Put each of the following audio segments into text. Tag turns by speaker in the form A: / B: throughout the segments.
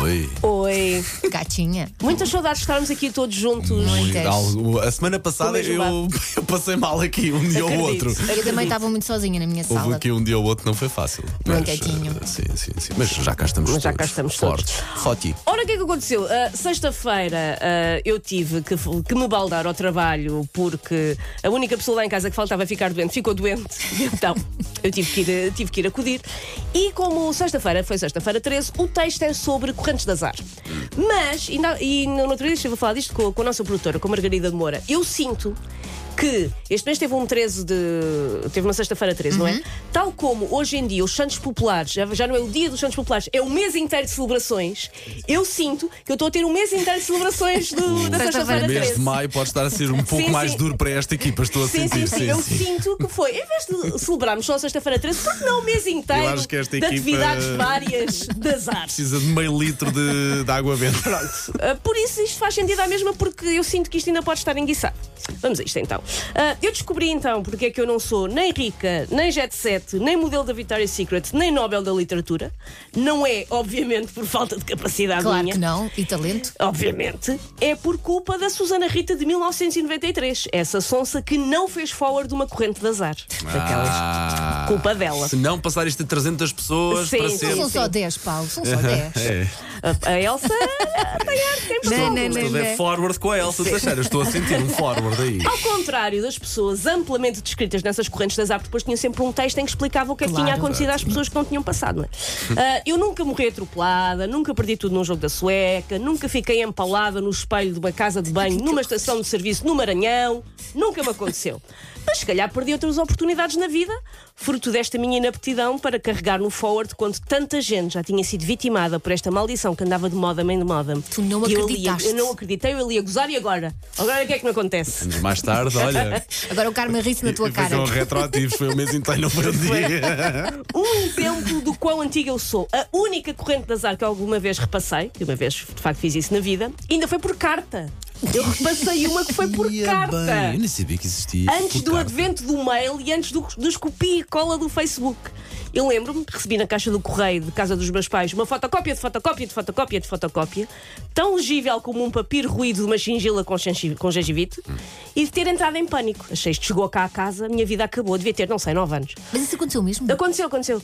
A: Oi.
B: Oi,
C: Gatinha.
B: muitas saudades de estarmos aqui todos juntos.
C: Muitas.
A: Algo- A semana passada
B: mesmo
A: eu, eu passei mal aqui, um dia ou
B: Acredito.
A: outro.
C: Eu também estava muito sozinha na minha
A: Houve
C: sala.
A: aqui um dia ou outro, não foi fácil.
C: Pronto, quietinho.
A: eh, sim, sim, sim. Mas já cá estamos
B: Mas já
A: todos.
B: cá estamos todos.
A: Fortes. Forte.
B: Ora, o que é que aconteceu? Ah, Sexta-feira ah, eu tive que, f- que me baldar ao trabalho porque a única pessoa lá em casa que faltava ficar doente ficou doente. E Então, eu tive que ir, tive que ir acudir. E como sexta-feira foi sexta-feira 13, o texto é sobre correntes de azar. Mas, e, na, e no outro dia estive a falar disto com, a- com a nossa produtora, com a Margarida de Moura, eu sinto que este mês teve um 13 de. teve uma sexta-feira 13, não é? Tal como hoje em dia os Santos Populares, já, já não é o dia dos Santos Populares, é o mês inteiro de celebrações, eu sinto que eu estou a ter um mês inteiro de celebrações do- da sexta-feira
A: O mês
B: 13.
A: de maio pode estar a ser um pouco
B: sim.
A: mais duro para esta equipa, estou a
B: Sim, sim,
A: sentir.
B: sim, Eu sinto que foi. Em vez de celebrarmos só sexta-feira 13, porque não o mês inteiro
A: Eu acho que esta
B: de
A: equipa-
B: atividades várias de azar.
A: Precisa de meio litro de, de água benta. Pronto.
B: Uh, por isso isto faz sentido à mesma porque eu sinto que isto ainda pode estar enguiçado. Vamos a isto então. Uh, eu descobri então porque é que eu não sou nem rica, nem jet set, nem modelo da Victoria's Secret, nem Nobel da Literatura. Não é, obviamente, por falta de capacidade
C: Claro
B: minha.
C: que não. E talento.
B: Obviamente, é por culpa da Susana Rita de 1993, essa sonsa que não fez forward de uma corrente de azar.
A: Ah.
B: Culpa dela.
A: Se não passar isto a 300 pessoas
B: Sim,
A: para
B: sim,
A: ser.
C: Não são só 10, Paulo. São só 10.
A: É.
B: A, a Elsa a apanhar sempre
C: Não,
B: solos.
C: não, não.
A: Tudo é forward com a Elsa Teixeira. Estou a sentir um forward aí.
B: Ao contrário das pessoas amplamente descritas nessas correntes das artes, depois tinham sempre um texto em que explicava o que é que
C: Claro.
B: tinha acontecido às pessoas que não tinham passado. Não é? Ah, eu nunca morri atropelada, nunca perdi tudo num jogo da sueca, nunca fiquei empalada no espelho de uma casa de banho, numa estação de serviço no Maranhão, nunca me aconteceu. Mas se calhar perdi outras oportunidades na vida, fruto desta minha inaptidão para carregar no forward quando tanta gente já tinha sido vitimada por esta maldição que andava de moda, em de moda.
C: Tu não
B: E eu ali a-
C: acreditaste.
B: Eu não acreditei, eu ali a gozar e agora? Agora o que é que me acontece?
A: Anos mais tarde, olha.
C: Agora o Carmen ri-se na tua
A: Foi
C: cara.
A: com retroativos, foi o mês inteiro, não foi um dia.
B: um exemplo do quão antiga eu sou. A única corrente de azar que alguma vez repassei, que uma vez de facto fiz isso na vida, ainda foi por carta. Eu repassei uma que foi por
A: Ia
B: carta.
A: bem, eu nem sabia que existia. Por
B: Antes do
A: carta.
B: advento do mail e antes do, dos copia e cola do Facebook. Eu lembro-me que recebi na caixa do correio de casa dos meus pais uma fotocópia de fotocópia de fotocópia de fotocópia, tão legível como um papiro ruído de uma gingila com, gengi- com gengivite, e de ter entrado em pânico. Achei isto chegou cá à casa, a minha vida acabou, devia ter, não sei, 9 anos.
C: Mas isso aconteceu mesmo?
B: Aconteceu, aconteceu.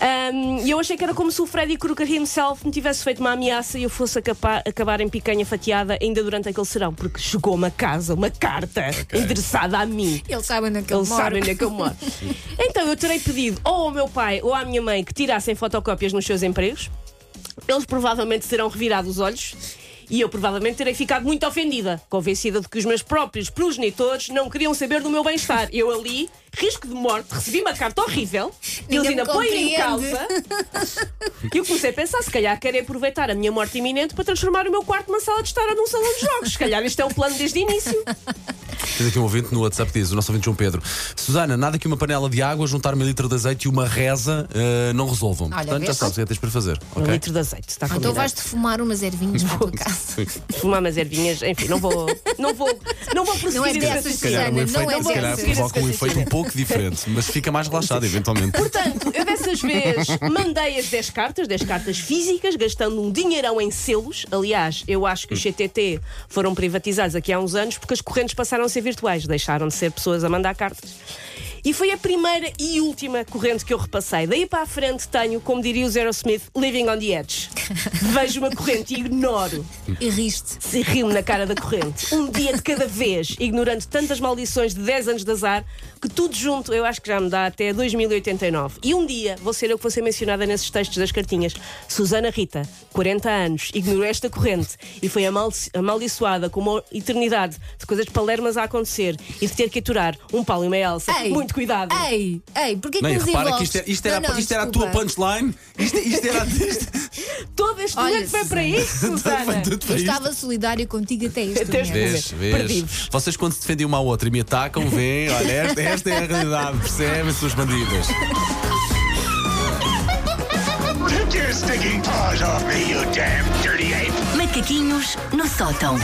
B: Ahm, E eu achei que era como se o Freddy Krueger himself me tivesse feito uma ameaça e eu fosse acapa- acabar em picanha fatiada ainda durante aquele serão, porque chegou-me a casa uma carta endereçada a mim.
C: Eles sabem onde é que eu
B: Eles
C: moro.
B: sabem onde é que eu moro. então eu terei pedido ou ao meu pai ou à minha mãe que tirassem fotocópias nos seus empregos. Eles provavelmente terão revirado os olhos. E eu provavelmente terei ficado muito ofendida, convencida de que os meus próprios progenitores não queriam saber do meu bem-estar. Eu ali, risco de morte, recebi uma carta horrível, e eles
C: Ninguém me
B: ainda põem
C: compreende.
B: em causa. E eu comecei a pensar, se calhar querem aproveitar a minha morte iminente para transformar o meu quarto numa sala de estar ou num salão de jogos. Se calhar este é o plano desde o início.
A: Tens aqui um ouvinte no WhatsApp que diz: o nosso ouvinte João Pedro, Susana, nada que uma panela de água, juntar meio litro de azeite e uma reza eh, não resolvam. Portanto, já
C: vês?
A: sabes o que é que tens para fazer.
B: Um
A: ok?
B: litro de azeite, está
C: Então
B: combinado.
C: vais-te fumar umas ervinhas para a tua casa.
B: fumar umas ervinhas, enfim, não vou, não vou, não vou prosseguir
C: Não é
B: esse
C: dessas,
A: Se
B: raciocínio.
A: calhar,
C: Susana,
A: um
C: não
A: efeito,
C: é
A: se calhar
C: dessas.
A: provoca um efeito um pouco diferente, mas fica mais relaxado, eventualmente.
B: Portanto, eu dessas vezes mandei as 10 cartas, 10 cartas físicas, gastando um dinheirão em selos. Aliás, eu acho que os CTT foram privatizados aqui há uns anos porque as correntes passaram a ser virtuais, deixaram de ser pessoas a mandar cartas. E foi a primeira e última corrente que eu repassei. Daí para a frente tenho, como diria o Zero Smith, Living on the Edge. Vejo uma corrente e ignoro.
C: E riste.
B: se riu na cara da corrente. Um dia de cada vez, ignorando tantas maldições de 10 anos de azar, que tudo junto eu acho que já me dá até 2089. E um dia vou ser eu que vou ser mencionada nesses textos das cartinhas. Susana Rita, 40 anos, ignorou esta corrente e foi amaldi- amaldiçoada com uma eternidade de coisas palermas a acontecer e de ter que aturar um Paulo e uma Elsa.
C: Ei,
B: Muito cuidado.
C: Ei, ei, porquê que
A: Não, e
C: nos
A: repara que
C: envolves?
A: isto era, isto era-
C: Não, não,
A: isto era a tua
C: desculpa.
A: punchline, isto, isto era. Isto,
B: Todo este
C: Olha,
B: momento foi para isso,
A: foi
B: Susana.
A: tudo para
C: Eu
A: isto.
C: estava solidária contigo até isto.
B: Até
C: Daniel.
B: este
A: Vês,
B: Quer dizer, perdidos.
A: vês. Vocês, quando se defendem uma à outra e me atacam, vêem, olha, esta, esta é a realidade, percebem, seus bandidas.
D: Take your stinking paws off me, you damn dirty ape!
E: Macaquinhos no sótão.